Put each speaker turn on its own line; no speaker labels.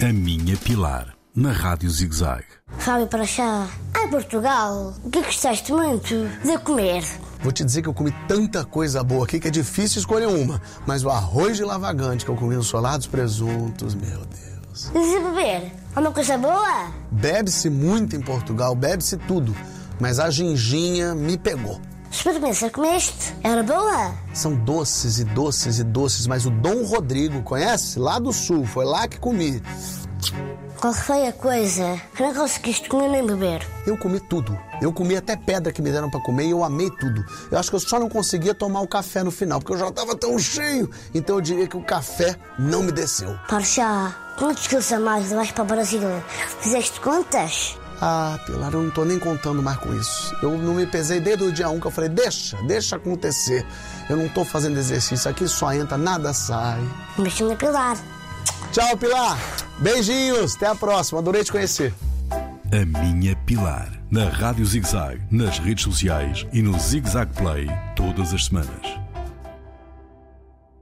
A Minha Pilar, na Rádio ZigZag.
Fábio Prachá. Ai, Portugal, o que gostaste muito de comer?
Vou te dizer que eu comi tanta coisa boa aqui que é difícil escolher uma. Mas o arroz de lavagante que eu comi no solar dos presuntos, meu Deus.
E de beber? Alguma coisa boa?
Bebe-se muito em Portugal, bebe-se tudo. Mas a ginginha me pegou.
Sobremesa comeste? Era boa?
São doces e doces e doces, mas o Dom Rodrigo, conhece? Lá do sul, foi lá que comi.
Qual foi a coisa que não conseguiste comer nem beber?
Eu comi tudo. Eu comi até pedra que me deram pra comer e eu amei tudo. Eu acho que eu só não conseguia tomar o café no final, porque eu já tava tão cheio. Então eu diria que o café não me desceu.
Parchá, quantos quilos a mais vais para o Brasil? Fizeste contas?
Ah, Pilar, eu não tô nem contando mais com isso. Eu não me pesei desde o dia 1 que eu falei, deixa, deixa acontecer. Eu não tô fazendo exercício aqui, só entra, nada sai.
Mas na Pilar.
Tchau, Pilar. Beijinhos, até a próxima. Adorei te conhecer.
A Minha Pilar, na Rádio ZigZag, nas redes sociais e no ZigZag Play, todas as semanas.